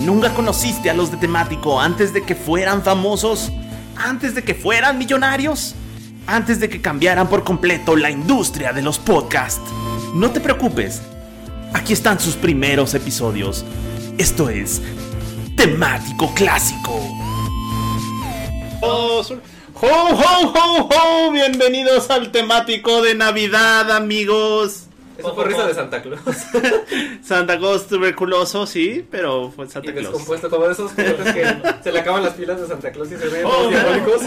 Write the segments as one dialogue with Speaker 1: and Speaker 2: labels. Speaker 1: ¿Nunca conociste a los de temático antes de que fueran famosos? ¿Antes de que fueran millonarios? ¿Antes de que cambiaran por completo la industria de los podcasts? No te preocupes, aquí están sus primeros episodios. Esto es temático clásico. ¡Ho, ho, ho, ho! Bienvenidos al temático de Navidad, amigos.
Speaker 2: Eso fue risa de Santa Claus.
Speaker 1: Santa Claus tuberculoso, sí, pero fue Santa
Speaker 2: Y
Speaker 1: Claus.
Speaker 2: descompuesto como de esos juguetes que se le acaban las pilas de Santa Claus y se ven
Speaker 1: Oh,
Speaker 2: los diabólicos.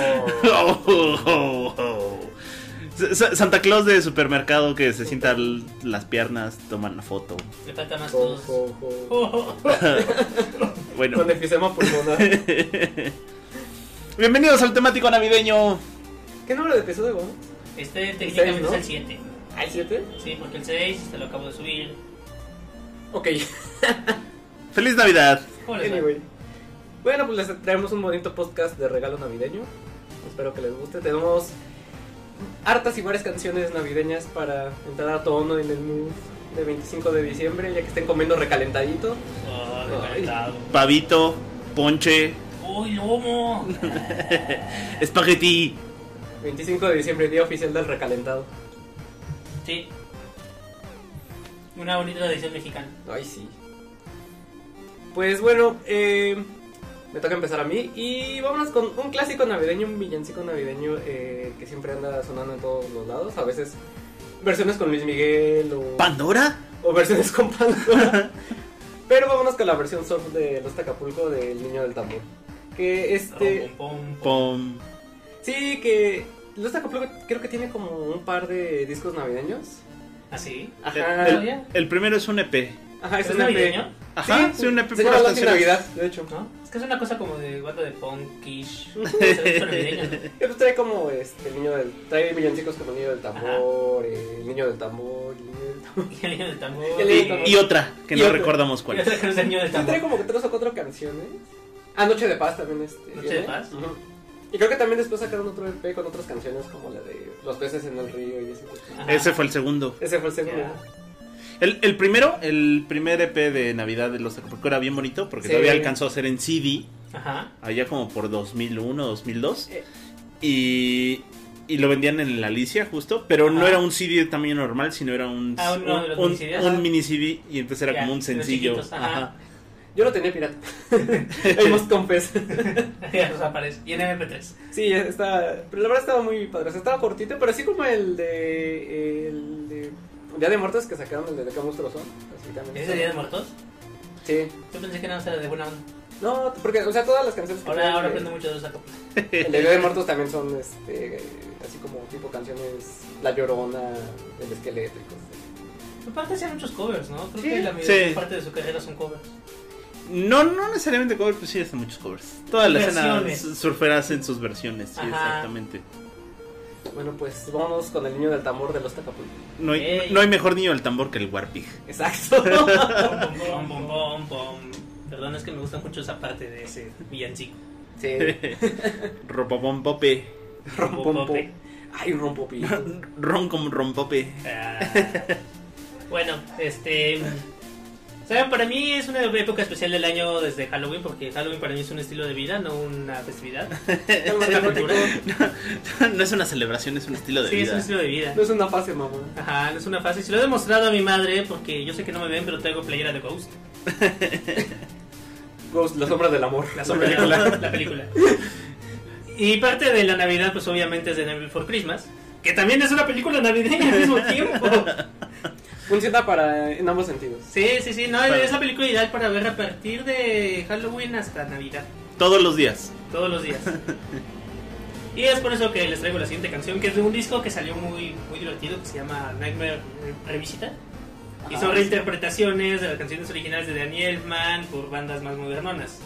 Speaker 1: Oh, oh, oh. Sa- Sa- Santa Claus de supermercado que se sienta l- las piernas, toman la foto.
Speaker 3: Le falta más
Speaker 2: Jo,
Speaker 3: todos.
Speaker 1: Oh.
Speaker 2: jo, jo.
Speaker 1: Bueno,
Speaker 2: Oh. Con enfisema pulmonar.
Speaker 1: bienvenidos al temático navideño.
Speaker 2: ¿Qué número de episodio vamos?
Speaker 3: Este técnicamente
Speaker 2: ¿El seis,
Speaker 3: es
Speaker 2: no?
Speaker 3: el 7.
Speaker 2: ¿Al 7?
Speaker 3: Sí, porque el 6 te lo acabo de subir.
Speaker 2: Ok,
Speaker 1: Feliz Navidad.
Speaker 3: ¿Cómo les va?
Speaker 2: anyway. Bueno, pues les traemos un bonito podcast de regalo navideño. Espero que les guste. Tenemos hartas y varias canciones navideñas para entrar a tono en el mood de 25 de diciembre, ya que estén comiendo recalentadito.
Speaker 3: Oh, recalentado.
Speaker 1: Pavito, ponche,
Speaker 3: Uy, lomo.
Speaker 1: espagueti.
Speaker 2: 25 de diciembre, día oficial del recalentado.
Speaker 3: Sí. Una bonita tradición mexicana.
Speaker 2: Ay, sí. Pues bueno, eh, me toca empezar a mí. Y vámonos con un clásico navideño, un villancico navideño eh, que siempre anda sonando en todos los lados. A veces versiones con Luis Miguel o,
Speaker 1: ¿Pandora?
Speaker 2: o versiones con Pandora. Pero vámonos con la versión soft de Los Tacapulco del Niño del Tambor. Que este.
Speaker 3: Pom, pom, pom.
Speaker 1: Pom.
Speaker 2: Sí, que Los Tacapulco creo que tiene como un par de discos navideños.
Speaker 3: ¿Así?
Speaker 2: Ajá.
Speaker 1: El, el primero es un EP.
Speaker 2: Ajá,
Speaker 3: ¿Ah, ¿Es
Speaker 2: un E
Speaker 3: navideño?
Speaker 1: Ajá, sí,
Speaker 2: sí,
Speaker 1: un E EP
Speaker 2: Se
Speaker 1: puras
Speaker 2: llama Latin
Speaker 1: canciones. Ah,
Speaker 2: Navidad, de hecho.
Speaker 3: ¿No? Es que es una cosa como de banda de punkish. No sé, es navideño, ¿no?
Speaker 2: Pero trae como este el niño del. Trae villancicos como el niño del tambor, eh, el niño del tambor, el niño del tambor.
Speaker 3: Y el niño del tambor.
Speaker 2: El niño del tambor.
Speaker 1: Y, y otra, que
Speaker 2: Y
Speaker 1: no
Speaker 2: otra.
Speaker 1: recordamos cuál
Speaker 3: Y
Speaker 1: es.
Speaker 3: otra que no es el niño del
Speaker 2: Sí, trae
Speaker 3: tambor.
Speaker 2: como que tres o cuatro canciones. Ah, Noche de Paz también este.
Speaker 3: Noche
Speaker 2: viene.
Speaker 3: de Paz.
Speaker 2: Ujú. Y creo que también después sacaron otro EP con otras canciones como la de Los peces en el río y ese tipo de cosas.
Speaker 3: Ajá.
Speaker 1: Ese fue el segundo.
Speaker 2: Ese fue el segundo.
Speaker 3: Ya.
Speaker 1: El, el primero, el primer EP de Navidad de los Acapulco era bien bonito porque
Speaker 2: Sí.
Speaker 1: todavía alcanzó a ser en CD,
Speaker 3: Ajá.
Speaker 1: allá como por 2001, 2002.
Speaker 2: Eh.
Speaker 1: Y, y lo vendían en la Alicia justo, pero no
Speaker 3: Ajá.
Speaker 1: era un CD de tamaño normal, sino era un,
Speaker 3: Ah, uno de los
Speaker 1: un,
Speaker 3: mini-CDs,
Speaker 1: un
Speaker 3: ajá.
Speaker 1: mini CD y entonces era
Speaker 3: Ya,
Speaker 1: como un
Speaker 3: los
Speaker 1: sencillo.
Speaker 3: chiquitos, ajá.
Speaker 1: Ajá.
Speaker 2: Yo lo tenía pirata. el must confess.
Speaker 3: Ya nos aparece. Y en MP3.
Speaker 2: sí, está. Pero la verdad estaba muy padre. O sea, estaba cortito, pero así como el de. El de. Día de Muertos que sacaron el de The Monstruos son. Así también.
Speaker 3: ¿Es el día de muertos?
Speaker 2: Sí.
Speaker 3: Yo pensé que nada más era de buena onda.
Speaker 2: No, porque, o sea, todas las canciones que
Speaker 3: Ahora,
Speaker 2: traen
Speaker 3: ahora
Speaker 2: de-
Speaker 3: aprendo mucho de los Acapulco.
Speaker 2: El de Día de Muertos también son, este, eh, así como tipo canciones La Llorona, El Esqueleto y cosas así.
Speaker 3: Aparte hacían muchos covers, ¿no? Creo
Speaker 2: Sí.
Speaker 3: que la mayor
Speaker 1: Sí.
Speaker 3: parte de su carrera son covers.
Speaker 1: No, no necesariamente covers, pues sí, hacen muchos covers. Toda la escena
Speaker 3: Versiones.
Speaker 1: su- surferas en sus versiones, sí,
Speaker 3: Ajá.
Speaker 1: exactamente.
Speaker 2: Bueno, pues vámonos con el niño del tambor de los Tacapulco.
Speaker 1: No hay,
Speaker 3: Ey.
Speaker 1: no hay mejor niño del tambor que el Warpig.
Speaker 2: Exacto.
Speaker 3: Pom, pom, pom, pom, pom. Perdón, es que me gusta mucho esa parte de ese villancico.
Speaker 2: sí.
Speaker 1: Ropopom Pope.
Speaker 2: Rompompo. Ay, rompopi.
Speaker 1: Roncom Rompope.
Speaker 3: Ah. Bueno, este. Saben, para mí es una época especial del año desde Halloween, porque Halloween para mí es un estilo de vida, no una festividad. Es una cultura.
Speaker 1: No es una celebración, es un estilo de
Speaker 3: Sí, es un
Speaker 1: vida.
Speaker 3: estilo de vida.
Speaker 2: No es una fase, mamá.
Speaker 3: Ajá, no es una fase. Se lo he demostrado a mi madre, porque yo sé que no me ven, pero traigo playera de Ghost.
Speaker 2: Ghost, la sombra del amor.
Speaker 3: La sombra de la, la película. Y parte de la Navidad, pues obviamente es de Night Before Christmas, que también es una película navideña al mismo tiempo.
Speaker 2: Funciona para, en ambos sentidos.
Speaker 3: Sí, sí, sí, no,
Speaker 1: Claro.
Speaker 3: es la película ideal para ver a partir de Halloween hasta Navidad,
Speaker 1: Todos los días.
Speaker 3: todos los días. Y es por eso que les traigo la siguiente canción, que es de un disco que salió muy, muy divertido, que se llama Nightmare eh, Revisita. Y
Speaker 2: Ajá.
Speaker 3: son reinterpretaciones de las canciones originales de Daniel Mann por bandas más modernonas.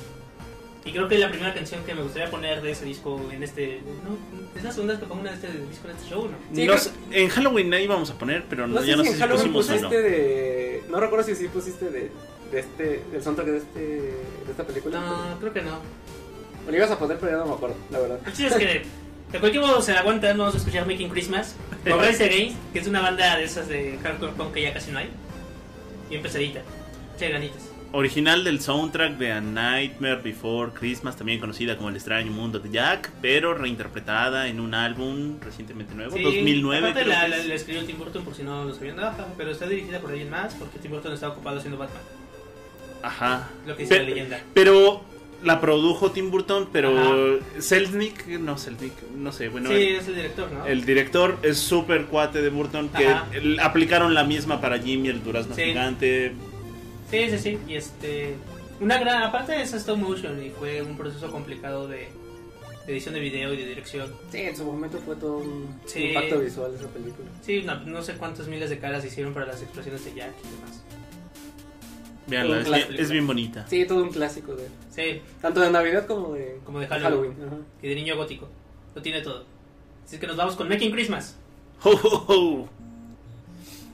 Speaker 3: Y creo que la primera canción que me gustaría poner de ese disco en este... ¿no? ¿Es la segunda que pongo una de este disco en este show no?
Speaker 2: Sí,
Speaker 1: No
Speaker 2: creo-
Speaker 1: sé, en Halloween ahí vamos a poner, pero no-
Speaker 2: No
Speaker 1: ya
Speaker 2: sé
Speaker 1: no
Speaker 2: si
Speaker 1: sé
Speaker 2: en
Speaker 1: si
Speaker 2: Halloween
Speaker 1: pusimos o
Speaker 2: pusiste
Speaker 1: no.
Speaker 3: este.
Speaker 2: de... No recuerdo si sí pusiste de, de este, del soundtrack de, este, de esta película.
Speaker 3: No, creo que no.
Speaker 2: O lo ibas a poner, pero ya no me acuerdo, la verdad.
Speaker 3: El chiste es que de cualquier modo se aguantan, vamos a escuchar Making Christmas por Rise Against, que es una banda de esas de hardcore punk que ya casi no hay. Bien pesadita. Che, ganitas.
Speaker 1: original del soundtrack de A Nightmare Before Christmas, también conocida como El extraño mundo de Jack, pero reinterpretada en un álbum recientemente nuevo,
Speaker 3: Sí,
Speaker 1: 2009.
Speaker 3: aparte
Speaker 1: creo
Speaker 3: la,
Speaker 1: que
Speaker 3: la-
Speaker 1: es.
Speaker 3: la escribió Tim Burton por si no lo sabían. Ajá, pero está dirigida por alguien más porque Tim Burton está ocupado haciendo Batman.
Speaker 1: Ajá.
Speaker 3: Lo que dice la
Speaker 1: Pe-
Speaker 3: leyenda.
Speaker 1: Pero la produjo Tim Burton, pero
Speaker 3: Ajá.
Speaker 1: Selznick, no Selznick, no sé, bueno,
Speaker 3: sí,
Speaker 1: el,
Speaker 3: es el director, ¿no?
Speaker 1: el director es súper cuate de Burton, que
Speaker 3: Ajá.
Speaker 1: el- aplicaron la misma para Jimmy, el durazno
Speaker 3: Sí.
Speaker 1: gigante.
Speaker 3: Sí, sí, sí. Y este. Una gran. Aparte es stop motion y fue un proceso complicado de, de edición de video y de dirección.
Speaker 2: Sí, en su momento fue todo un
Speaker 3: Sí.
Speaker 2: impacto visual esa película.
Speaker 3: Sí, no, no sé cuántas miles de caras hicieron para las expresiones de Jack y demás.
Speaker 1: Veanla, es,
Speaker 2: la
Speaker 1: bien-
Speaker 3: película.
Speaker 1: es bien bonita.
Speaker 2: Sí, todo un clásico de
Speaker 3: Sí,
Speaker 2: tanto de Navidad como de
Speaker 3: como de Halloween.
Speaker 2: Halloween. ajá.
Speaker 3: Y de niño gótico. Lo tiene todo. Así que nos vamos con Making Christmas.
Speaker 1: Ho, ho, ho.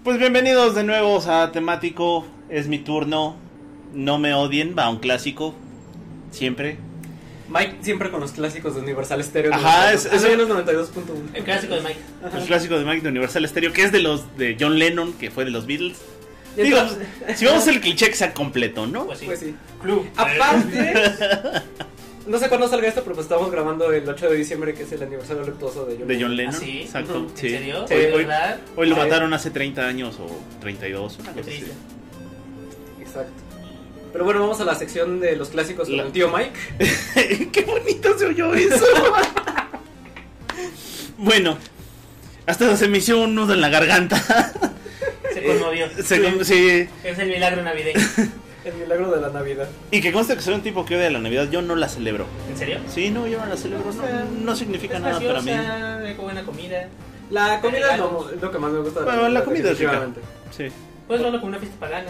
Speaker 1: Pues bienvenidos de nuevo a Temático, es mi turno. No me odien, va un clásico. Siempre.
Speaker 2: Mike siempre con los clásicos de Universal Stereo.
Speaker 1: Ajá,
Speaker 2: 92.
Speaker 1: es- es-
Speaker 2: Ah, no, los 92.1.
Speaker 3: El clásico de Mike.
Speaker 1: El clásico de Mike de Universal Stereo, que es de los de John Lennon, que fue de los Beatles.
Speaker 2: Y
Speaker 1: Digo,
Speaker 2: entonces-
Speaker 1: si vamos al cliché que sea completo, ¿no?
Speaker 3: Pues sí.
Speaker 2: Pues sí.
Speaker 3: Club.
Speaker 2: Aparte, no sé cuándo salga esto, pero pues estamos grabando el 8 de diciembre, que es el aniversario luctuoso de John.
Speaker 1: De John Lennon.
Speaker 3: ¿Ah, sí?
Speaker 1: Exacto.
Speaker 2: Ujú.
Speaker 3: ¿En
Speaker 1: sí.
Speaker 3: serio?
Speaker 1: Hoy,
Speaker 3: ¿De
Speaker 1: hoy-
Speaker 3: verdad?
Speaker 1: hoy lo
Speaker 2: Sí.
Speaker 1: mataron hace 30 años o 32. una
Speaker 3: Ah, qué
Speaker 1: cosa así.
Speaker 3: triste.
Speaker 2: Exacto. Pero bueno, vamos a la sección de los clásicos
Speaker 1: La-
Speaker 2: con el tío Mike.
Speaker 1: Qué bonito se oyó eso. bueno, hasta se me hizo un nudo en la garganta.
Speaker 3: Se conmovió.
Speaker 1: Eh, Se con- sí.
Speaker 3: Es el milagro navideño.
Speaker 2: El milagro de la Navidad.
Speaker 1: Y que conste que soy un tipo que odia la Navidad. Yo no la celebro.
Speaker 3: ¿En serio?
Speaker 1: Sí, no, yo no la celebro. No, no significa
Speaker 3: Es
Speaker 1: nada para mí.
Speaker 3: graciosa, hay buena comida.
Speaker 2: La comida es lo, es lo que más me gusta. de
Speaker 1: Bueno, la
Speaker 2: Navidad,
Speaker 1: comida es rica.
Speaker 2: definitivamente.
Speaker 1: Sí.
Speaker 3: Puedes verlo como una fiesta pagana.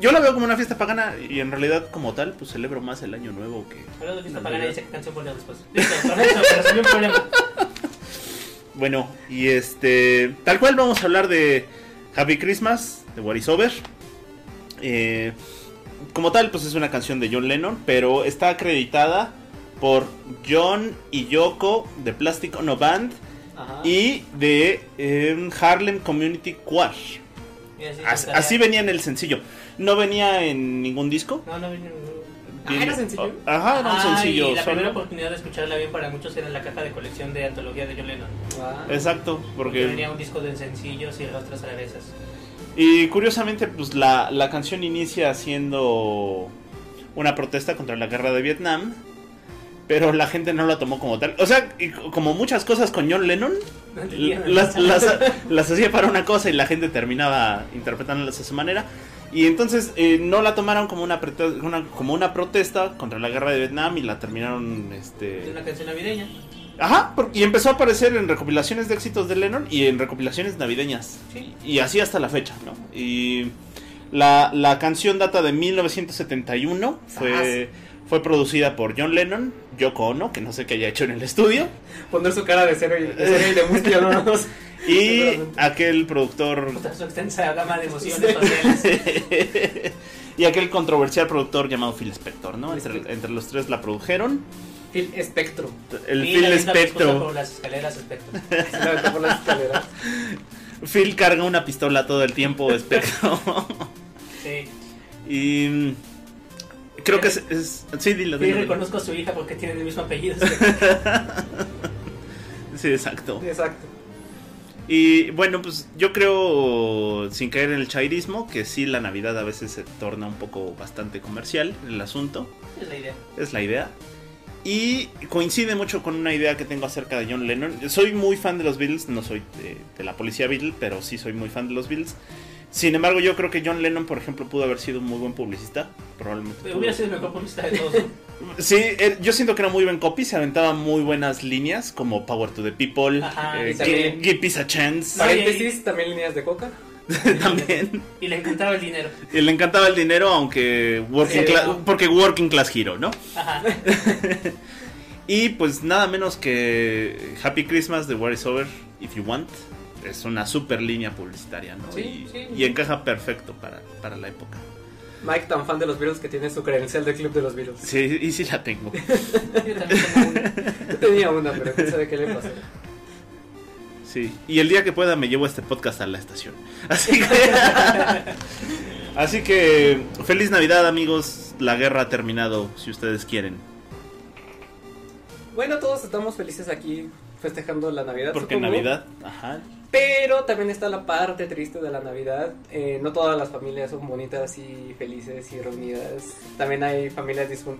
Speaker 1: Yo la veo como una fiesta pagana y en realidad como tal, pues celebro más el año nuevo que...
Speaker 3: Hablando de fiesta
Speaker 1: Navidad.
Speaker 3: pagana, dice qué canción poner después. Listo, perfecto, para resolver un problema.
Speaker 1: Bueno, y este. Tal cual vamos a hablar de Happy Christmas, de What Is Over. Eh, como tal, pues es una canción de John Lennon, pero está acreditada por John y Yoko de Plastic Ono Band
Speaker 2: Ajá.
Speaker 1: y de eh, Harlem Community Choir.
Speaker 3: Mira, sí,
Speaker 1: As-
Speaker 3: sí,
Speaker 1: Así
Speaker 3: tarea.
Speaker 1: venía en el sencillo. No venía en ningún disco. Oh,
Speaker 3: No, no viene.
Speaker 2: Ah, ¿era sencillo?
Speaker 1: Ajá, era un
Speaker 3: Ah, y
Speaker 1: sencillo.
Speaker 3: La
Speaker 1: solo.
Speaker 3: primera oportunidad de escucharla bien para muchos era en la caja de colección de antología de John Lennon.
Speaker 2: Ah.
Speaker 1: Exacto,
Speaker 3: Porque
Speaker 1: porque
Speaker 3: pues. venía un disco de sencillos y rastras alavesas.
Speaker 1: Y curiosamente, pues la, la canción inicia siendo una protesta contra la guerra de Vietnam, pero la gente no la tomó como tal. O sea, y co- como muchas cosas con John Lennon, l- las, las- las hacía para una cosa y la gente terminaba interpretándolas a su manera. Y entonces eh, no la tomaron como una, prete- una- como una protesta contra la guerra de Vietnam y la terminaron...
Speaker 3: Es
Speaker 1: este
Speaker 3: una canción navideña.
Speaker 1: Ajá, por- y empezó a aparecer en recopilaciones de éxitos de Lennon y en recopilaciones navideñas.
Speaker 3: Sí.
Speaker 1: Y así hasta la fecha, ¿no? Y la, la canción data de 1971. Fue, fue producida por John Lennon, Yoko Ono, que no sé qué haya hecho en el estudio,
Speaker 2: Poner su cara de cero y de, cero y de mustia, no, no, no.
Speaker 1: y
Speaker 2: Seguramente.
Speaker 1: aquel productor.
Speaker 3: Otra su extensa gama de emociones sociales.
Speaker 1: y aquel controversial productor llamado Phil Spector, ¿no? Entre, entre los tres la produjeron.
Speaker 2: Phil Espectro.
Speaker 1: El
Speaker 3: Y
Speaker 1: Phil
Speaker 3: la linda
Speaker 1: Spector.
Speaker 3: pescosa Por las escaleras espectro.
Speaker 2: Se la aventó por las escaleras.
Speaker 1: Phil carga una pistola todo el tiempo, Spector.
Speaker 3: Sí.
Speaker 1: y. mm, Creo que es. es- sí, dilo, dilo.
Speaker 3: Y
Speaker 1: dilo.
Speaker 3: reconozco a su hija porque tienen el mismo apellido.
Speaker 1: Sí, exacto.
Speaker 2: Exacto.
Speaker 1: Y bueno, pues yo creo, sin caer en el chairismo, que sí la Navidad a veces se torna un poco bastante comercial el asunto,
Speaker 3: Es la idea.
Speaker 1: es la idea. Y coincide mucho con una idea que tengo acerca de John Lennon. Soy muy fan de los Beatles, no soy de, de la policía Beatle, pero sí soy muy fan de los Beatles. Sin embargo, yo creo que John Lennon, por ejemplo, pudo haber sido un muy buen publicista, probablemente.
Speaker 3: Hubiera sido el mejor publicista de todos. ¿no?
Speaker 1: Sí, él- yo siento que era muy buen copy, se aventaba muy buenas líneas como Power to the People,
Speaker 3: Ajá,
Speaker 1: eh,
Speaker 2: y también-
Speaker 1: Give- Give Peace a Chance,
Speaker 2: Paréntesis, también líneas de coca.
Speaker 1: también.
Speaker 3: Y le encantaba el dinero.
Speaker 1: Y le encantaba el dinero, aunque working
Speaker 2: Sí,
Speaker 1: cla-
Speaker 2: ¿no?
Speaker 1: porque working class hero, ¿no?
Speaker 3: Ajá.
Speaker 1: Y pues nada menos que Happy Christmas de War is Over If You Want. Es una super línea publicitaria, ¿no?
Speaker 3: Sí,
Speaker 1: y,
Speaker 3: sí.
Speaker 1: y encaja perfecto para, para la época.
Speaker 2: Mike, tan fan de los Beatles que tiene su credencial del club de los Beatles.
Speaker 1: Sí, y sí la tengo.
Speaker 3: Yo también tengo una.
Speaker 2: Yo tenía una, pero quién sabe qué le pasó.
Speaker 1: Sí. Y el día que pueda me llevo este podcast a la estación. Así que. Así que feliz Navidad amigos, la guerra ha terminado si ustedes quieren.
Speaker 2: Bueno, todos estamos felices aquí festejando la Navidad.
Speaker 1: Porque
Speaker 2: supongo.
Speaker 1: Navidad, ajá,
Speaker 2: Pero también está la parte triste de la Navidad. Eh, no todas las familias son bonitas y felices y reunidas. También hay familias disfun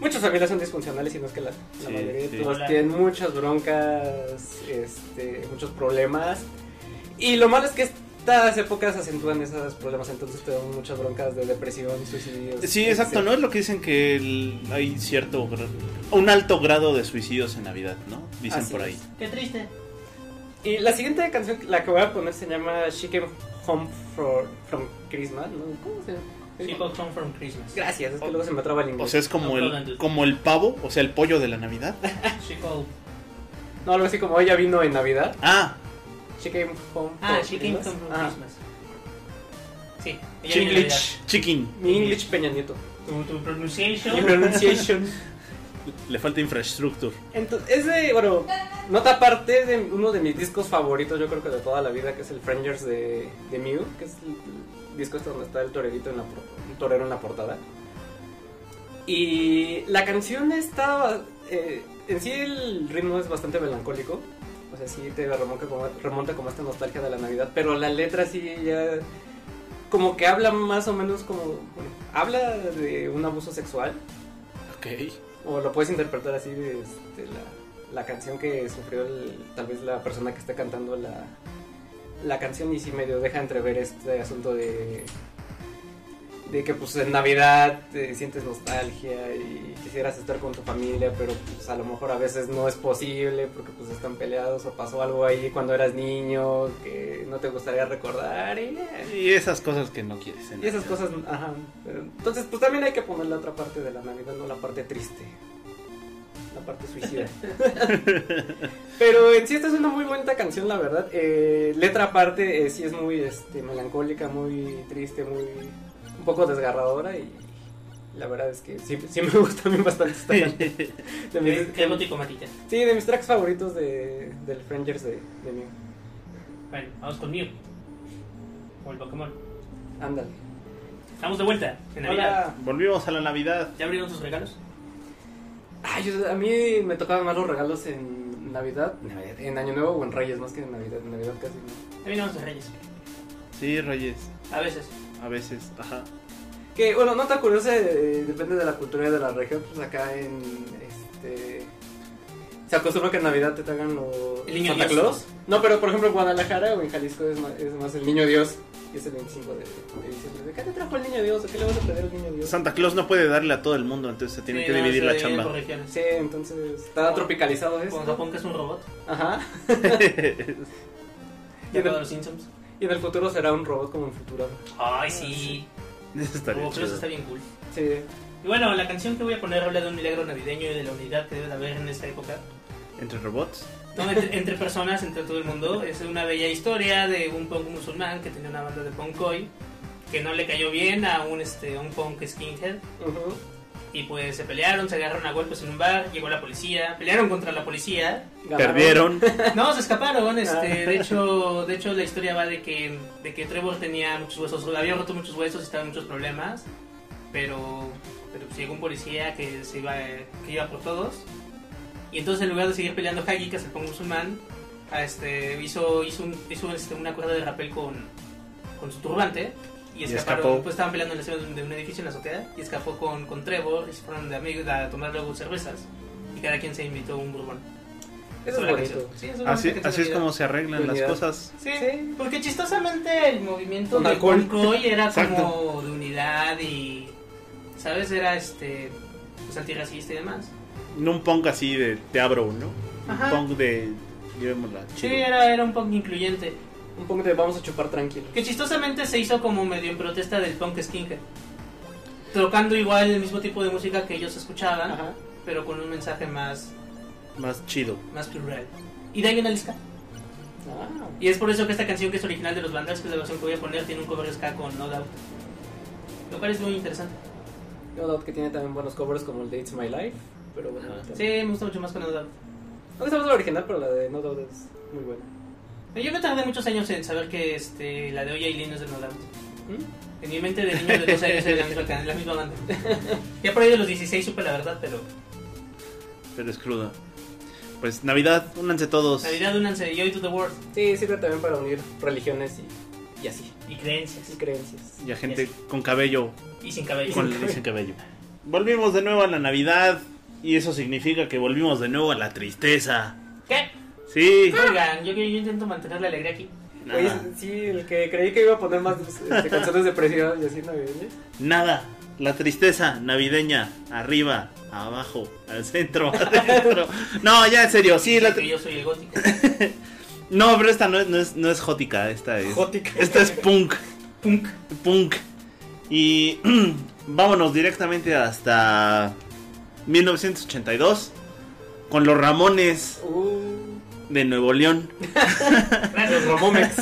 Speaker 2: Muchas familias son disfuncionales, y no es que la, la
Speaker 1: Sí,
Speaker 2: mayoría
Speaker 1: sí.
Speaker 2: de todas
Speaker 3: Hola.
Speaker 2: tienen muchas broncas, este, muchos problemas. Y lo malo es que estas épocas acentúan esos problemas, entonces te dan muchas broncas de depresión, suicidios.
Speaker 1: Sí, exacto, ¿no? Es lo que dicen que el- hay cierto, gra- un alto grado de suicidios en Navidad, ¿no? Dicen
Speaker 2: Así
Speaker 1: por ahí.
Speaker 2: es.
Speaker 3: Qué triste.
Speaker 2: Y la siguiente canción, la que voy a poner, se llama She Came Home for- from Christmas, ¿no? ¿Cómo se llama?
Speaker 3: People come from Christmas.
Speaker 2: Gracias, es que luego se me traba el inglés.
Speaker 1: Oh, O sea, es como
Speaker 3: No,
Speaker 1: el
Speaker 3: perdón.
Speaker 1: como el pavo, o sea, el pollo de la Navidad.
Speaker 3: Ah, She called.
Speaker 2: No, algo así como ella vino en Navidad.
Speaker 1: Ah,
Speaker 2: She came home.
Speaker 3: Ah,
Speaker 2: for
Speaker 3: she came
Speaker 2: Christmas.
Speaker 3: home from
Speaker 2: Ah,
Speaker 3: Christmas. Sí. ella viene de
Speaker 1: English chicken.
Speaker 2: Mi English Peña Nieto.
Speaker 3: allá. Tu, tu pronunciation.
Speaker 2: Mi pronunciation.
Speaker 1: Le falta infraestructura.
Speaker 2: Entonces, es de, bueno, nota aparte de uno de mis discos favoritos, yo creo que de toda la vida, que es el Frangers de, de Mew, que es el disco este donde está el torerito en la, por- un torero en la portada. Y la canción está, eh, en sí el ritmo es bastante melancólico, o sea, sí te remonta como, remonta como a esta nostalgia de la Navidad, pero la letra sí ya como que habla más o menos como, bueno, habla de un abuso sexual,
Speaker 1: Ok.
Speaker 2: o lo puedes interpretar así de este, la, la canción que sufrió el- tal vez la persona que está cantando la, la canción y sí medio deja entrever este asunto de de que pues en Navidad te sientes nostalgia y quisieras estar con tu familia, pero pues a lo mejor a veces no es posible porque pues están peleados o pasó algo ahí cuando eras niño que no te gustaría recordar y, eh,
Speaker 1: Y esas cosas que no quieres. en
Speaker 2: y esas
Speaker 1: Navidad.
Speaker 2: cosas, ajá. pero- entonces, pues también hay que poner la otra parte de la Navidad, no la parte triste. La parte suicida. pero en sí, esta es una muy bonita canción, la verdad. Eh, letra aparte, eh, sí es muy este, melancólica, muy triste, muy. un poco desgarradora y. La verdad es que sí, sí me gusta también bastante esta canción. De mis-
Speaker 3: Qué gótico, Matita.
Speaker 2: sí, de mis tracks favoritos de, del Frangers de, de mí.
Speaker 3: Bueno, vamos con Mew. O el Pokémon.
Speaker 2: Ándale.
Speaker 3: Estamos de vuelta en Navidad.
Speaker 2: Hola.
Speaker 1: Volvimos a la Navidad.
Speaker 3: ¿Ya abrieron sus regalos?
Speaker 2: Ay, yo- a mí me tocaban más los regalos en Navidad, en Año Nuevo o en Reyes, más que en Navidad. En Navidad casi no.
Speaker 3: También vamos de Reyes.
Speaker 1: Sí, Reyes.
Speaker 3: A veces.
Speaker 1: A veces, ajá.
Speaker 2: Que, bueno, nota curiosa, eh, depende de la cultura y de la región. Pues acá en. Este, se acostumbra que en Navidad te traigan los.
Speaker 3: El niño
Speaker 2: Santa
Speaker 3: Dios.
Speaker 2: Claus. No, pero por ejemplo en Guadalajara o en Jalisco es ma- es más, el niño Dios. Y es el 25 de, de diciembre. ¿De qué te trajo el niño Dios? ¿De qué le vas a traer al niño Dios?
Speaker 1: Santa Claus no puede darle a todo el mundo, entonces se tiene
Speaker 3: Sí,
Speaker 1: que
Speaker 3: no,
Speaker 1: dividir
Speaker 3: se
Speaker 1: la
Speaker 3: divide
Speaker 1: chamba.
Speaker 3: por regiones.
Speaker 2: Sí, entonces está tropicalizado
Speaker 3: Con
Speaker 2: eso.
Speaker 3: Japón, que es un robot.
Speaker 2: Ajá.
Speaker 3: ¿Ya acuerdas de los Simpsons?
Speaker 2: Y en el futuro será un robot como en Futurama.
Speaker 3: Ay, sí.
Speaker 1: Eso estaría
Speaker 3: Oh, pero eso
Speaker 1: chido.
Speaker 3: está bien cool.
Speaker 2: Sí.
Speaker 3: Y bueno, la canción que voy a poner habla de un milagro navideño y de la unidad que debe de haber en esta época.
Speaker 1: Entre robots.
Speaker 3: No, entre, entre personas, entre todo el mundo. Es una bella historia de un punk musulmán que tenía una banda de punk hoy que no le cayó bien a un, este, a un punk skinhead.
Speaker 2: Ujú.
Speaker 3: Y pues se pelearon, se agarraron a golpes en un bar, llegó la policía, pelearon contra la policía.
Speaker 2: Ganaron.
Speaker 1: Perdieron.
Speaker 3: No, se escaparon, este,
Speaker 2: Ah.
Speaker 3: de hecho, de hecho la historia va de que, de que Trevor tenía muchos huesos, había roto muchos huesos y estaba en muchos problemas, pero, pero pues llegó un policía que se iba, eh, que iba por todos, y entonces en lugar de seguir peleando Hagi, que es el punk musulmán, a este, hizo, hizo, un- hizo este, una cuerda de rapel con, con su turbante, y
Speaker 1: Y
Speaker 3: escaparon,
Speaker 1: escapó.
Speaker 3: pues estaban peleando en la cima de un edificio en la azotea, y escapó con, con Trevor, y se fueron de amigos a tomar luego cervezas, y cada quien se invitó un bourbon.
Speaker 2: Eso es
Speaker 3: Sobre la
Speaker 2: bonito.
Speaker 3: canción. Sí, es una
Speaker 1: Así,
Speaker 3: canción
Speaker 1: así es
Speaker 3: navideña.
Speaker 1: como se arreglan las
Speaker 2: Unidad.
Speaker 1: cosas.
Speaker 3: Sí,
Speaker 2: Sí.
Speaker 3: porque chistosamente el movimiento
Speaker 2: Con
Speaker 3: de
Speaker 2: alcohol.
Speaker 3: punk hoy era
Speaker 1: Exacto.
Speaker 3: como de unidad y, ¿sabes? Era este, pues antirracista y demás.
Speaker 1: No un punk así de te abro, ¿no?
Speaker 3: Ajá.
Speaker 1: Un punk de llevémosla.
Speaker 3: Sí,
Speaker 1: chido.
Speaker 3: era, era un punk incluyente.
Speaker 2: Un poco de vamos a chupar tranquilo.
Speaker 3: Que chistosamente se hizo como medio en protesta del punk skinhead. Tocando igual el mismo tipo de música que ellos escuchaban,
Speaker 2: Ajá.
Speaker 3: pero con un mensaje más,
Speaker 1: Más chido.
Speaker 3: más plural. Y de ahí viene el ska.
Speaker 2: Ah.
Speaker 3: Y es por eso que esta canción que es original de los Vandals, que es la versión que voy a poner, tiene un cover ska con No Doubt. Lo cual es muy interesante.
Speaker 2: No doubt que tiene también buenos covers como el de It's My Life. Pero bueno. también.
Speaker 3: Sí, me gusta mucho más con No Doubt.
Speaker 2: No sabemos la original, pero la de No Doubt es muy buena.
Speaker 3: Yo me tardé muchos años en saber que este, la de hoy Aileen es de No Doubt.
Speaker 1: ¿Mm?
Speaker 3: En mi mente de niño de 12 años era la misma, can- la misma banda. Ya por ahí de los 16 supe la verdad, pero
Speaker 1: Pero es cruda. Pues Navidad, únanse todos.
Speaker 3: Navidad únanse, Joy to the World
Speaker 2: Sí, sirve también para unir religiones y, y así,
Speaker 3: y creencias.
Speaker 2: y creencias.
Speaker 1: Y a gente con cabello,
Speaker 3: Y sin cabello.
Speaker 1: con y sin cabello. Volvimos de nuevo a la Navidad y eso significa que volvimos de nuevo a la tristeza.
Speaker 3: ¿Qué?
Speaker 1: Sí.
Speaker 3: Oigan, yo, yo intento mantener la alegría aquí.
Speaker 2: Oye,
Speaker 1: Nada.
Speaker 2: sí, el que creí que iba a poner más este, canciones depresivas y así ¿Eh? navideñas.
Speaker 1: Nada. La tristeza navideña. Arriba, abajo, al centro, adentro. No, ya en serio. Sí, la
Speaker 3: Que
Speaker 1: tri-
Speaker 3: yo soy el gótico.
Speaker 1: No, pero esta no es, no es, no es jótica. Esta es.
Speaker 2: Jótica.
Speaker 1: Esta es punk.
Speaker 3: Punk.
Speaker 1: Punk. Y vámonos directamente hasta 1982 con los Ramones
Speaker 2: Uh,
Speaker 1: de Nuevo León.
Speaker 3: Gracias,
Speaker 2: los Ramomex.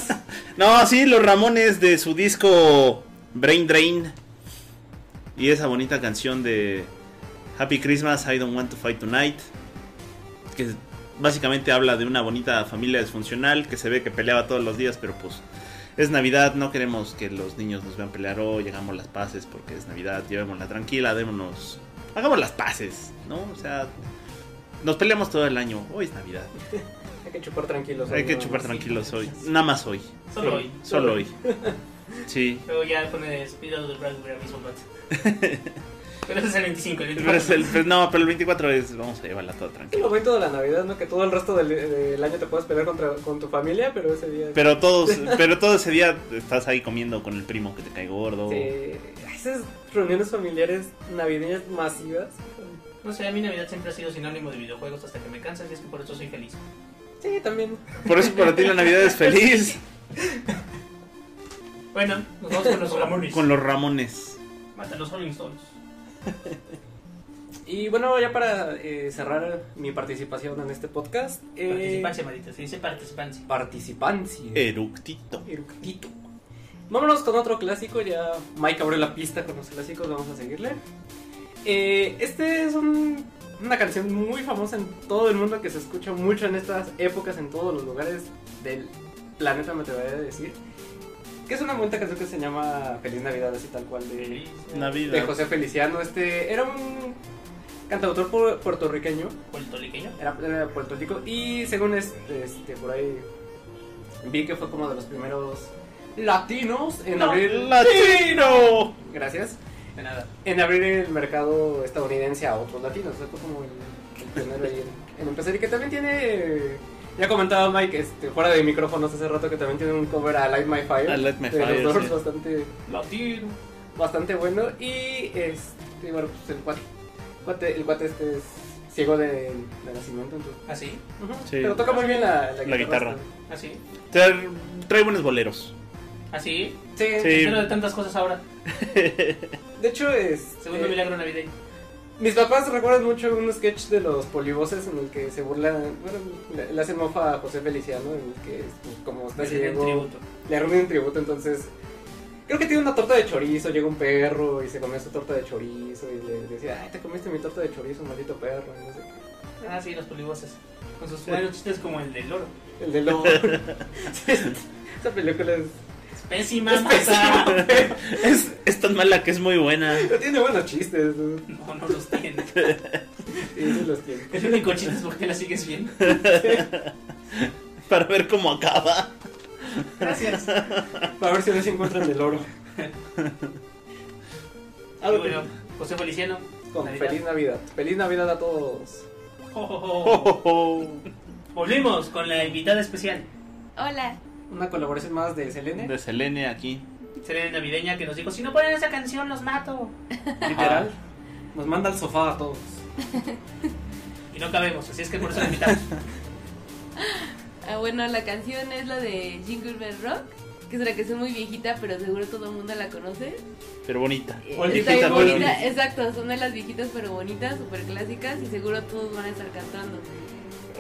Speaker 1: No, sí, los Ramones de su disco Brain Drain. Y esa bonita canción de Happy Christmas, I Don't Want to Fight Tonight. Que básicamente habla de una bonita familia disfuncional que se ve que peleaba todos los días, pero pues es Navidad, no queremos que los niños nos vean pelear. Oh, llegamos las paces porque es Navidad, llevémosla tranquila, démonos. Hagamos las paces, ¿no? O sea, nos peleamos todo el año. Hoy es Navidad.
Speaker 2: Hay que chupar tranquilos.
Speaker 1: Hay
Speaker 2: ¿no?
Speaker 1: que chupar tranquilos hoy. Nada más hoy.
Speaker 3: Solo hoy.
Speaker 1: Solo hoy. Sí.
Speaker 3: Luego ya pone Speed of the Raspberry mismo bat. Pero ese es el 25, el
Speaker 1: Pero
Speaker 3: 24.
Speaker 1: es el- pues no, pero el 24 es. Vamos a llevarla toda
Speaker 2: Es el
Speaker 1: tranquila.
Speaker 2: momento de la Navidad, ¿no? Que todo el resto del, del año te puedes pelear contra, con tu familia, pero ese día...
Speaker 1: Pero todos, pero todo ese día estás ahí comiendo con el primo que te cae gordo.
Speaker 2: Sí, esas reuniones familiares navideñas masivas.
Speaker 3: No sé, a mi Navidad siempre ha sido sinónimo de videojuegos hasta que me cansan y es que por eso soy feliz.
Speaker 2: Sí, también.
Speaker 1: Por eso para ti la Navidad es feliz.
Speaker 3: Bueno, nos vamos con los Ramones.
Speaker 1: Con los Ramones.
Speaker 3: Mata los Rolling Stones.
Speaker 2: Y bueno, ya para eh, cerrar mi participación en este podcast. Eh,
Speaker 3: Participancia, Marita, se dice participancia.
Speaker 2: participancia.
Speaker 1: Eructito.
Speaker 2: Eructito. Vámonos con otro clásico, ya Mike abrió la pista con los clásicos, vamos a seguirle. Eh, este es un- una canción muy famosa en todo el mundo que se escucha mucho en estas épocas, en todos los lugares del planeta, me atrevería a decir. Que es una bonita canción que se llama Feliz Navidad, así tal cual, de,
Speaker 3: Feliz
Speaker 1: Navidad.
Speaker 2: de José Feliciano. Este era un cantautor pu- puertorriqueño
Speaker 3: puertorriqueño.
Speaker 2: era, era de Puerto Rico y según este, este, por ahí vi que fue como de los primeros latinos en
Speaker 3: No.
Speaker 2: abrir
Speaker 1: ¡Latino!
Speaker 2: gracias
Speaker 3: De nada.
Speaker 2: en abrir el mercado estadounidense a otros latinos o sea, fue como el, el pionero ahí en, en empezar y que también tiene ya comentaba Mike este, fuera de micrófonos hace rato que también tiene un cover a Light My Fire
Speaker 1: I Light My
Speaker 2: de los
Speaker 1: Fire,
Speaker 2: Doors
Speaker 1: sí.
Speaker 2: bastante
Speaker 3: Latino.
Speaker 2: bastante bueno y este bueno pues el cuate, cuate- el cuate este es ciego de, de nacimiento entonces
Speaker 3: Así,
Speaker 2: Ujú,
Speaker 1: Sí.
Speaker 2: Pero toca muy bien la,
Speaker 1: La guitarra.
Speaker 3: así,
Speaker 1: Trae, trae buenos boleros.
Speaker 3: así.
Speaker 2: Sí.
Speaker 1: Sí.
Speaker 3: Pero de tantas cosas ahora.
Speaker 2: De hecho, es.
Speaker 3: Segundo
Speaker 2: eh,
Speaker 3: milagro navideño.
Speaker 2: mis papás recuerdan mucho un sketch de los polivoces en el que se burlan. Bueno, le, le hacen mofa a José Feliciano, en el que es, pues, como está
Speaker 3: Le den
Speaker 2: ciego.
Speaker 3: tributo.
Speaker 2: Le arruinan un tributo, entonces. Creo que tiene una torta de chorizo, llega un perro y se comió su torta de chorizo y le decía, ay, te comiste mi torta de chorizo, maldito perro, y no sé
Speaker 3: Ah, sí, los polivoces. Con sus buenos chistes como el del loro.
Speaker 2: qué. El de lobo. Esa película es...
Speaker 3: Es pésima,
Speaker 2: Es pésima.
Speaker 3: masa.
Speaker 1: Es, es tan mala que es muy buena.
Speaker 2: Pero tiene buenos chistes, ¿no?
Speaker 3: No, no los tiene.
Speaker 2: Sí, sí los tiene.
Speaker 3: El único chiste es porque la sigues bien.
Speaker 1: Para ver cómo acaba.
Speaker 3: Gracias.
Speaker 2: Para ver si no se encuentran el oro.
Speaker 3: Y bueno, José Feliciano.
Speaker 2: Con
Speaker 3: Navidad.
Speaker 2: feliz Navidad. Feliz Navidad a todos.
Speaker 3: Ho, ho,
Speaker 1: Oh,
Speaker 3: ho.
Speaker 1: oh, oh.
Speaker 3: Volvemos con la invitada especial,
Speaker 4: Hola.
Speaker 2: Una colaboración más de Selene.
Speaker 1: De Selene aquí.
Speaker 3: Serena Navideña, que nos dijo, si no ponen esa canción, los mato.
Speaker 2: Literal. Nos manda al sofá a todos.
Speaker 3: Y no cabemos, así es que por eso la invitamos.
Speaker 4: Ah, bueno, la canción es la de Jingle Bell Rock, que es una canción muy viejita, pero seguro todo el mundo la conoce.
Speaker 1: Pero bonita.
Speaker 4: Eh,
Speaker 3: Old viejita,
Speaker 4: Está bien
Speaker 3: old
Speaker 4: bonita,
Speaker 3: viejita.
Speaker 4: exacto, son de las viejitas pero bonitas, súper clásicas y seguro todos van a estar cantando.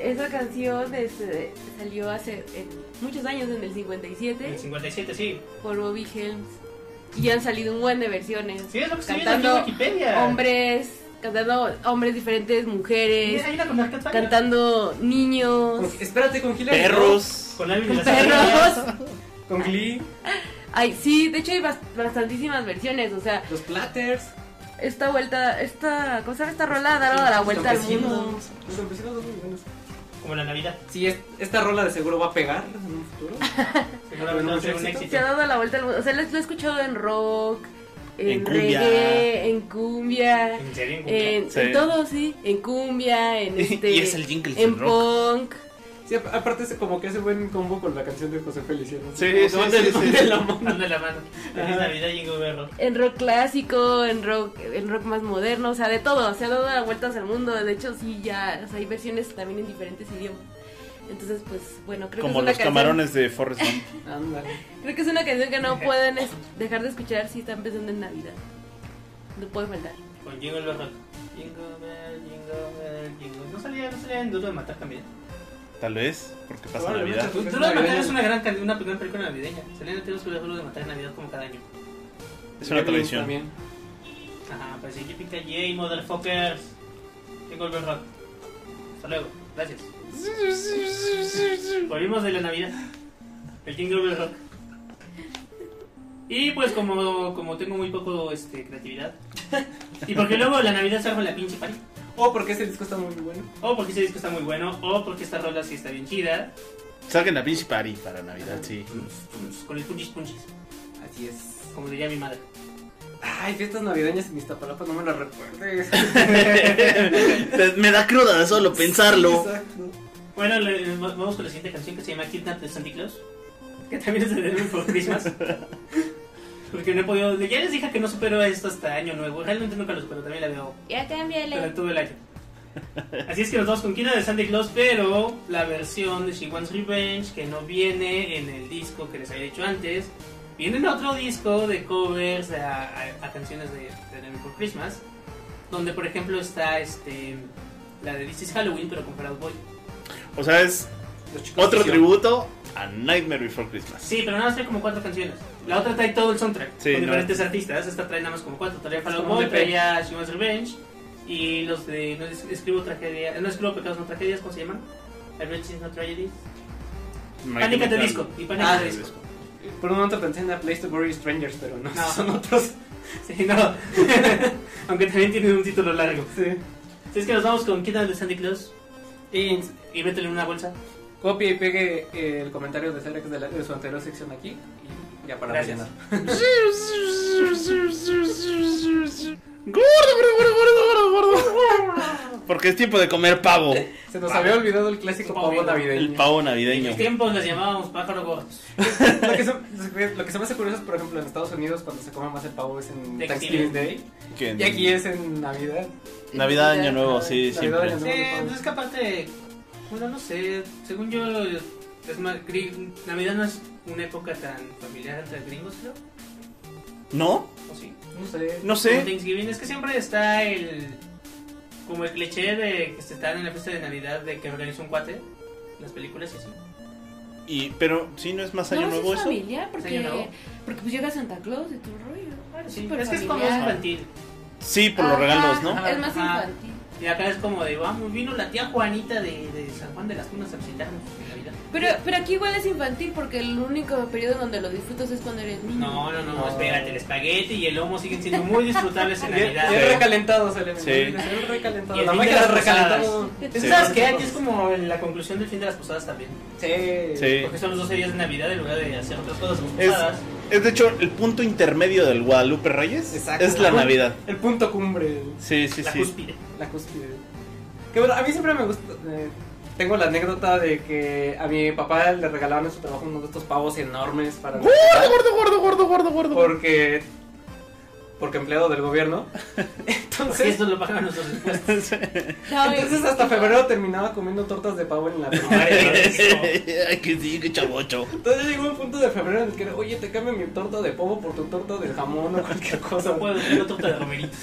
Speaker 4: Esa canción este, salió hace eh, muchos años, en el
Speaker 3: El
Speaker 4: 57,
Speaker 3: 57, sí.
Speaker 4: por Bobby Helms. Y han salido un buen de versiones.
Speaker 3: Sí, es lo que estoy viendo aquí en
Speaker 4: Cantando
Speaker 3: Wikipedia.
Speaker 4: Hombres, cantando hombres diferentes, mujeres,
Speaker 3: Mira, hay una con Arcade Fire.
Speaker 4: cantando niños,
Speaker 2: Espérate con Hilary.
Speaker 1: Perros.
Speaker 3: Con Alvin y
Speaker 4: con
Speaker 3: las ardillas.
Speaker 4: perros.
Speaker 2: Con Glee.
Speaker 4: Ay, sí, de hecho hay bas- bastantísimas versiones, o sea,
Speaker 2: Los platters.
Speaker 4: esta vuelta, esta cosa, esta rola ha dado la vuelta al
Speaker 2: Los
Speaker 4: mundo.
Speaker 2: campesinos, Los campesinos son muy buenos.
Speaker 3: Como la Navidad.
Speaker 2: Sí, es- esta rola de seguro va a pegar en un futuro.
Speaker 3: Seguramente va a ser un
Speaker 4: Se
Speaker 3: éxito.
Speaker 4: ha dado la vuelta al mundo, o sea, lo, lo he escuchado en rock, en,
Speaker 1: En cumbia.
Speaker 4: reggae, en cumbia,
Speaker 3: ¿En serio? ¿En cumbia?
Speaker 4: en,
Speaker 1: Sí.
Speaker 4: en todo, sí, en cumbia, en este,
Speaker 1: y es el jingle del
Speaker 4: en
Speaker 1: rock.
Speaker 4: punk.
Speaker 2: Sí, ap- aparte es como que hace buen combo con la canción de José Feliciano.
Speaker 1: Sí,
Speaker 2: Como que
Speaker 1: sí,
Speaker 2: van de-
Speaker 1: sí,
Speaker 2: van
Speaker 1: sí.
Speaker 2: de la mano.
Speaker 3: Dando la mano. Feliz
Speaker 2: Ajá.
Speaker 3: Navidad, Jingo Berro.
Speaker 4: en rock clásico, en rock, en rock más moderno, o sea, de todo, se ha dado la vueltas al mundo, de hecho sí ya, o sea, hay versiones también en diferentes idiomas. Entonces, pues bueno, creo
Speaker 5: Como
Speaker 4: que
Speaker 5: los
Speaker 4: es una canción,
Speaker 5: camarones de Forrest Gump.
Speaker 2: Ándale.
Speaker 4: creo que es una canción que no pueden es- dejar de escuchar si están pensando en Navidad. No puede faltar.
Speaker 3: Con Jingo el Berro. Jingo Bell, Jingo Bell, Jingo. No salía, no salía en Duro de Matar también.
Speaker 5: Tal vez, porque pasa
Speaker 2: Probablemente.
Speaker 5: Navidad.
Speaker 3: Duro de Matar es una gran, can- una gran película navideña. Salían en tenemos que ver Duro de Matar en Navidad como cada año.
Speaker 5: Es una
Speaker 2: Yo
Speaker 5: tradición.
Speaker 2: También.
Speaker 3: Ajá, pues sí, Yippee Yay, motherfuckers. Jingo el Berro. Hasta luego. Gracias. Volvimos de la Navidad. El Jingle Bell Rock. Y pues como, como tengo muy poco este, creatividad. Y porque luego la Navidad se arma la pinche party.
Speaker 2: Oh, porque ese disco está muy bueno.
Speaker 3: O porque ese disco está muy bueno. O porque esta rola sí está bien chida.
Speaker 5: Salgan a pinche party para Navidad, sí.
Speaker 3: Con el punchis punchis.
Speaker 2: Así es.
Speaker 3: Como diría mi madre.
Speaker 2: Ay, fiestas navideñas en Iztapalapa, no me las recuerdes.
Speaker 1: Me da cruda de solo pensarlo.
Speaker 2: Exacto.
Speaker 3: Bueno, le- va- vamos con la siguiente canción que se llama Kidnap de Santa Claus. Que también es de Devil for Christmas. Porque no he podido. Ya les dije que no supero esto hasta Año Nuevo. Realmente nunca lo supero. También la veo
Speaker 4: Ya
Speaker 3: durante
Speaker 4: cámbiale.
Speaker 3: todo el año. Así es que nos vamos con Kina de Santa Claus, pero la versión de She Wants Revenge que no viene en el disco que les había dicho antes. Viene en otro disco de covers a, a- a canciones de, de Nightmare Before Christmas, donde por ejemplo está este la de This is Halloween, pero con Proud Boy.
Speaker 5: O sea, es
Speaker 2: Los chicos
Speaker 5: otro
Speaker 2: sí,
Speaker 5: tributo a Nightmare Before Christmas.
Speaker 3: Sí, pero nada más trae como cuatro canciones. La otra trae todo el soundtrack
Speaker 5: Sí,
Speaker 3: con
Speaker 5: no.
Speaker 3: diferentes artistas. Esta trae nada más como cuatro. Traía Fall Out
Speaker 2: como un
Speaker 3: Boy,
Speaker 2: EP.
Speaker 3: traía She Wants Revenge y los de No es- escribo tragedia, no escribo pecados no tragedias, ¿cómo se llaman? Revenge is not tragedies. Pánica de disco y pánica
Speaker 2: Ah,
Speaker 3: de
Speaker 5: de
Speaker 3: disco.
Speaker 2: Por un momento pensé en la Place to Bury Strangers, pero no,
Speaker 3: No.
Speaker 2: son otros.
Speaker 3: Sí, no. Aunque también tiene un título largo.
Speaker 2: Sí.
Speaker 3: Si es que nos vamos con Kidnap de Sandy Claus
Speaker 2: Y
Speaker 3: y métele en una bolsa.
Speaker 2: copie y pegue eh, el comentario de Cerex de, la- de su anterior sección aquí. Y ya para
Speaker 3: Gracias.
Speaker 2: rellenar.
Speaker 5: Gordo, gordo, gordo, gordo, gordo. Porque es tiempo de comer pavo.
Speaker 2: Se nos había olvidado el clásico
Speaker 3: Pavo
Speaker 2: pavo navideño.
Speaker 5: El pavo
Speaker 3: En
Speaker 5: navideño.
Speaker 3: mis tiempos las llamábamos pájaro gordos.
Speaker 2: lo, que se, lo que se me hace curioso es, por ejemplo, en Estados Unidos cuando se come más el pavo es en
Speaker 3: Thanksgiving.
Speaker 2: Thanksgiving Day.
Speaker 5: Que en
Speaker 2: Y aquí es en Navidad.
Speaker 5: Navidad, Año Nuevo, sí,
Speaker 2: Navidad,
Speaker 5: siempre.
Speaker 2: Año
Speaker 3: Sí, pues es que aparte, bueno, no sé, según yo, es más, gri- Navidad no es una época tan familiar entre gringos, creo,
Speaker 5: ¿No?
Speaker 3: o sí.
Speaker 2: No sé.
Speaker 5: No
Speaker 3: Como
Speaker 5: sé.
Speaker 3: Thanksgiving es que siempre está el, como el cliché de que se están en la fiesta de Navidad de que organiza un cuate, las películas y así.
Speaker 5: Y, pero, ¿sí no es más Año
Speaker 4: No,
Speaker 5: Nuevo
Speaker 4: es
Speaker 5: eso?
Speaker 4: familiar
Speaker 3: Año Nuevo.
Speaker 4: porque, porque pues llega Santa Claus y tu rollo.
Speaker 3: Sí,
Speaker 4: Ah, súper
Speaker 3: es que es como más
Speaker 4: familiar.
Speaker 3: infantil.
Speaker 5: Sí, por los
Speaker 4: Ajá,
Speaker 5: regalos, ¿no?
Speaker 4: Es más
Speaker 3: Ajá.
Speaker 4: infantil.
Speaker 3: Y acá es como de, vamos, vino la tía Juanita de, de San Juan de las Tunas a visitarnos en Navidad.
Speaker 4: Pero, pero aquí igual es infantil porque el único periodo donde lo disfrutas es cuando eres niño.
Speaker 3: No, no, no,
Speaker 2: No.
Speaker 3: espérate, el espagueti y el lomo siguen siendo muy disfrutables en
Speaker 2: Y es-
Speaker 3: Navidad.
Speaker 2: y es recalentado, se le
Speaker 5: Sí.
Speaker 2: Es
Speaker 3: Y
Speaker 2: recalentado.
Speaker 3: el
Speaker 2: La
Speaker 3: fin de
Speaker 2: máquina
Speaker 3: las
Speaker 2: es recalentado.
Speaker 3: Es que, ¿Sabes qué? Aquí es como en la conclusión del fin de las posadas también.
Speaker 2: Sí.
Speaker 5: Sí.
Speaker 3: Porque son los 12 días de Navidad en lugar de hacer otras cosas como
Speaker 5: Es-
Speaker 3: posadas.
Speaker 5: Es de hecho el punto intermedio del Guadalupe Reyes.
Speaker 2: Exacto.
Speaker 5: Es la Navidad.
Speaker 2: El punto cumbre.
Speaker 5: Sí, sí,
Speaker 3: la
Speaker 5: sí.
Speaker 3: cúspide.
Speaker 2: La cúspide. Que bueno, a mí siempre me gusta. eh, tengo la anécdota de que a mi papá le regalaban en su trabajo uno de estos pavos enormes para.
Speaker 5: Gordo, gordo, gordo, gordo, gordo.
Speaker 2: Porque. Porque empleado del gobierno.
Speaker 3: Sí,
Speaker 2: Entonces.
Speaker 3: esto lo pagan nosotros después.
Speaker 4: No, pues,
Speaker 2: Entonces
Speaker 4: es-
Speaker 2: hasta febrero terminaba comiendo tortas de pavo en la primaria. ¿no?
Speaker 5: Ay, que sí, que chavocho.
Speaker 2: Entonces llegó un punto de febrero en el que era, oye, te cambio mi torta de pavo por tu torta de jamón o cualquier cosa.
Speaker 3: No puedo tener torta de romeritos.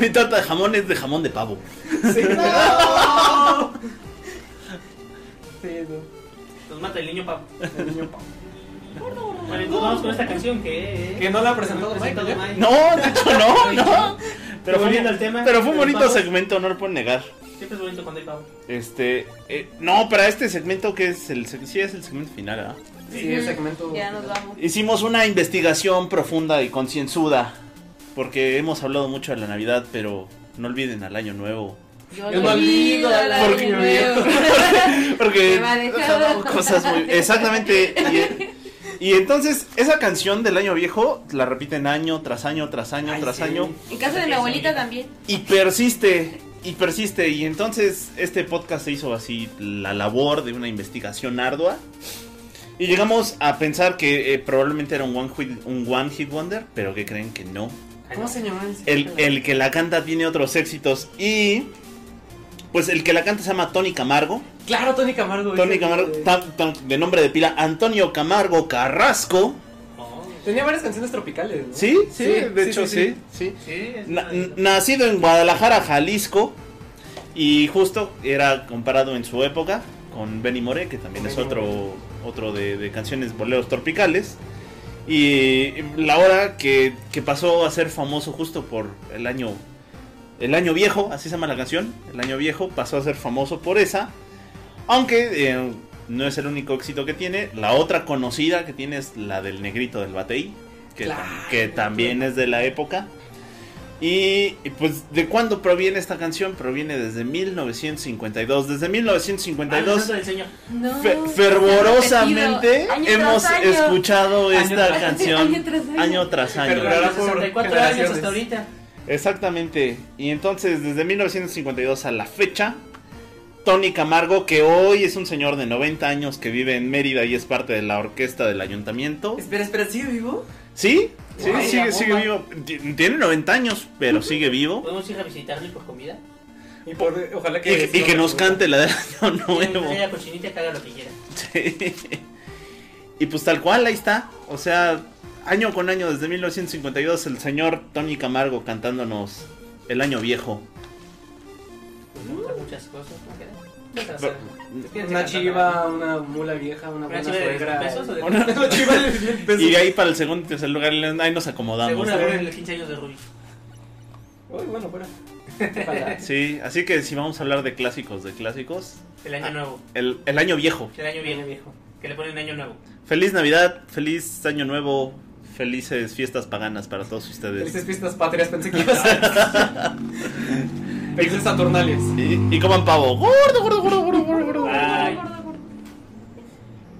Speaker 5: Mi torta de jamón es de jamón de pavo.
Speaker 2: Sí, no. Sí, no.
Speaker 3: Nos mata el niño pavo.
Speaker 2: El niño pavo.
Speaker 3: Bueno, entonces vamos con esta canción que...
Speaker 2: Que no la ha presentado
Speaker 3: No la ha
Speaker 2: Michael,
Speaker 1: ¿eh?
Speaker 2: ¿ya?
Speaker 3: Michael.
Speaker 5: No, de hecho no, no. Pero fue,
Speaker 3: Volviendo al tema.
Speaker 5: pero fue un
Speaker 3: de los
Speaker 5: bonito
Speaker 3: pavos.
Speaker 5: segmento, no lo puedo negar.
Speaker 3: Siempre es bonito cuando hay pavo.
Speaker 5: Este, eh, no, para este segmento que es el, seg- sí es el segmento final, ¿ah?
Speaker 2: Sí, el segmento.
Speaker 4: Ya nos vamos.
Speaker 1: Hicimos una investigación profunda y concienzuda, porque hemos hablado mucho de la Navidad, pero no olviden al Año Nuevo.
Speaker 4: Yo
Speaker 2: no olvido al
Speaker 4: año
Speaker 2: año
Speaker 4: nuevo.
Speaker 1: Porque
Speaker 4: Me va a dejar.
Speaker 1: cosas muy... Exactamente. Y, y entonces, esa canción del Año Viejo la repiten año tras año, tras año,
Speaker 2: Ay,
Speaker 1: tras
Speaker 2: sí.
Speaker 1: año,
Speaker 4: En casa de mi abuelita también.
Speaker 1: y persiste. Y persiste, y entonces este podcast se hizo así la labor de una investigación ardua. Y llegamos a pensar que eh, probablemente era un one, hit, un one Hit Wonder, pero que creen que no.
Speaker 2: ¿Cómo se llama?
Speaker 1: El, el que la canta tiene otros éxitos y... Pues el que la canta se llama Tony Camargo.
Speaker 2: Claro, Tony Camargo.
Speaker 1: Tony
Speaker 2: ese
Speaker 1: Camargo,
Speaker 2: de-
Speaker 1: tam- tam- de nombre de pila, Antonio Camargo Carrasco.
Speaker 3: Oh,
Speaker 2: Tenía varias canciones tropicales, ¿no?
Speaker 1: ¿Sí? Sí,
Speaker 2: Sí,
Speaker 1: de
Speaker 2: sí,
Speaker 1: hecho
Speaker 2: sí,
Speaker 1: sí.
Speaker 2: sí.
Speaker 1: sí.
Speaker 3: sí, es
Speaker 1: Na- n-
Speaker 3: maravilloso.
Speaker 1: nacido en Guadalajara, Jalisco. Y justo era comparado en su época con Benny Moré, que también
Speaker 2: Con
Speaker 1: es
Speaker 2: Benny
Speaker 1: otro, otro de, de canciones boleros tropicales. Y la hora que, que pasó a ser famoso justo por el año. El año viejo, así se llama la canción. El año viejo pasó a ser famoso por esa. Aunque eh, no es el único éxito que tiene. La otra conocida que tiene es la del negrito del Bateí. Que,
Speaker 2: Claro.
Speaker 1: tam- que también es de la época. Y y, pues, ¿de cuándo proviene esta canción? Proviene desde 1952. Desde
Speaker 3: Ah, el
Speaker 1: 1952,
Speaker 3: santo del Señor.
Speaker 4: No,
Speaker 1: fe-
Speaker 4: se ha
Speaker 1: fervorosamente
Speaker 4: repetido año tras
Speaker 1: hemos
Speaker 4: año.
Speaker 1: escuchado
Speaker 2: Año
Speaker 1: esta
Speaker 2: tras-
Speaker 1: canción
Speaker 4: año tras año.
Speaker 1: año tras año.
Speaker 2: Perdón. Perdurará
Speaker 3: Desde
Speaker 2: por
Speaker 3: 64 años
Speaker 2: generaciones.
Speaker 3: hasta ahorita.
Speaker 1: Exactamente. Y entonces, desde 1952 a la fecha, Tony Camargo, que hoy es un señor de 90 años que vive en Mérida y es parte de la orquesta del ayuntamiento.
Speaker 2: Espera, espera, ¿sigue vivo?
Speaker 1: ¿Sí? Sí,
Speaker 2: Guau,
Speaker 1: sigue,
Speaker 2: la
Speaker 1: sigue
Speaker 2: bomba.
Speaker 1: vivo. Ti- Tiene 90 años, pero sigue vivo.
Speaker 3: ¿Podemos ir a visitarlo y por comida?
Speaker 2: Y por, ojalá
Speaker 1: Y,
Speaker 2: que.
Speaker 1: y que nos cante la del año
Speaker 3: Tiene
Speaker 1: nuevo.
Speaker 3: una estrella cochinita que haga lo que quiera.
Speaker 1: Sí. Y pues tal cual, ahí está. O sea, año con año, desde 1952, el señor Tony Camargo cantándonos el año viejo.
Speaker 3: Otra Pues, Muchas cosas. ¿no queda? Otras,
Speaker 1: Pero-
Speaker 3: eh, fíjense
Speaker 2: Una
Speaker 3: cantando.
Speaker 2: chiva, una mula vieja, una buena
Speaker 3: ¿Una chiva de
Speaker 2: suegra.
Speaker 3: 10 pesos o de-
Speaker 2: Una chiva de 10 pesos.
Speaker 1: Y de ahí para el segundo y tercer lugar, ahí nos acomodamos. ¿eh?
Speaker 3: Según la en los 15 años de Rubí.
Speaker 2: Uy, bueno, fuera. Ojalá.
Speaker 1: Sí, así que si vamos a hablar de clásicos, de clásicos,
Speaker 3: El año
Speaker 1: Ah.
Speaker 3: nuevo.
Speaker 1: el, el año viejo.
Speaker 3: El año
Speaker 2: Viene
Speaker 3: viejo.
Speaker 2: viejo.
Speaker 3: Que le ponen año nuevo.
Speaker 1: Feliz Navidad, feliz año nuevo, felices fiestas paganas para todos ustedes.
Speaker 2: Felices fiestas patrias, pensé que ibas a. Felices Saturnales.
Speaker 1: Y, y coman pavo.
Speaker 3: Ay.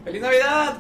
Speaker 2: ¡Feliz Navidad!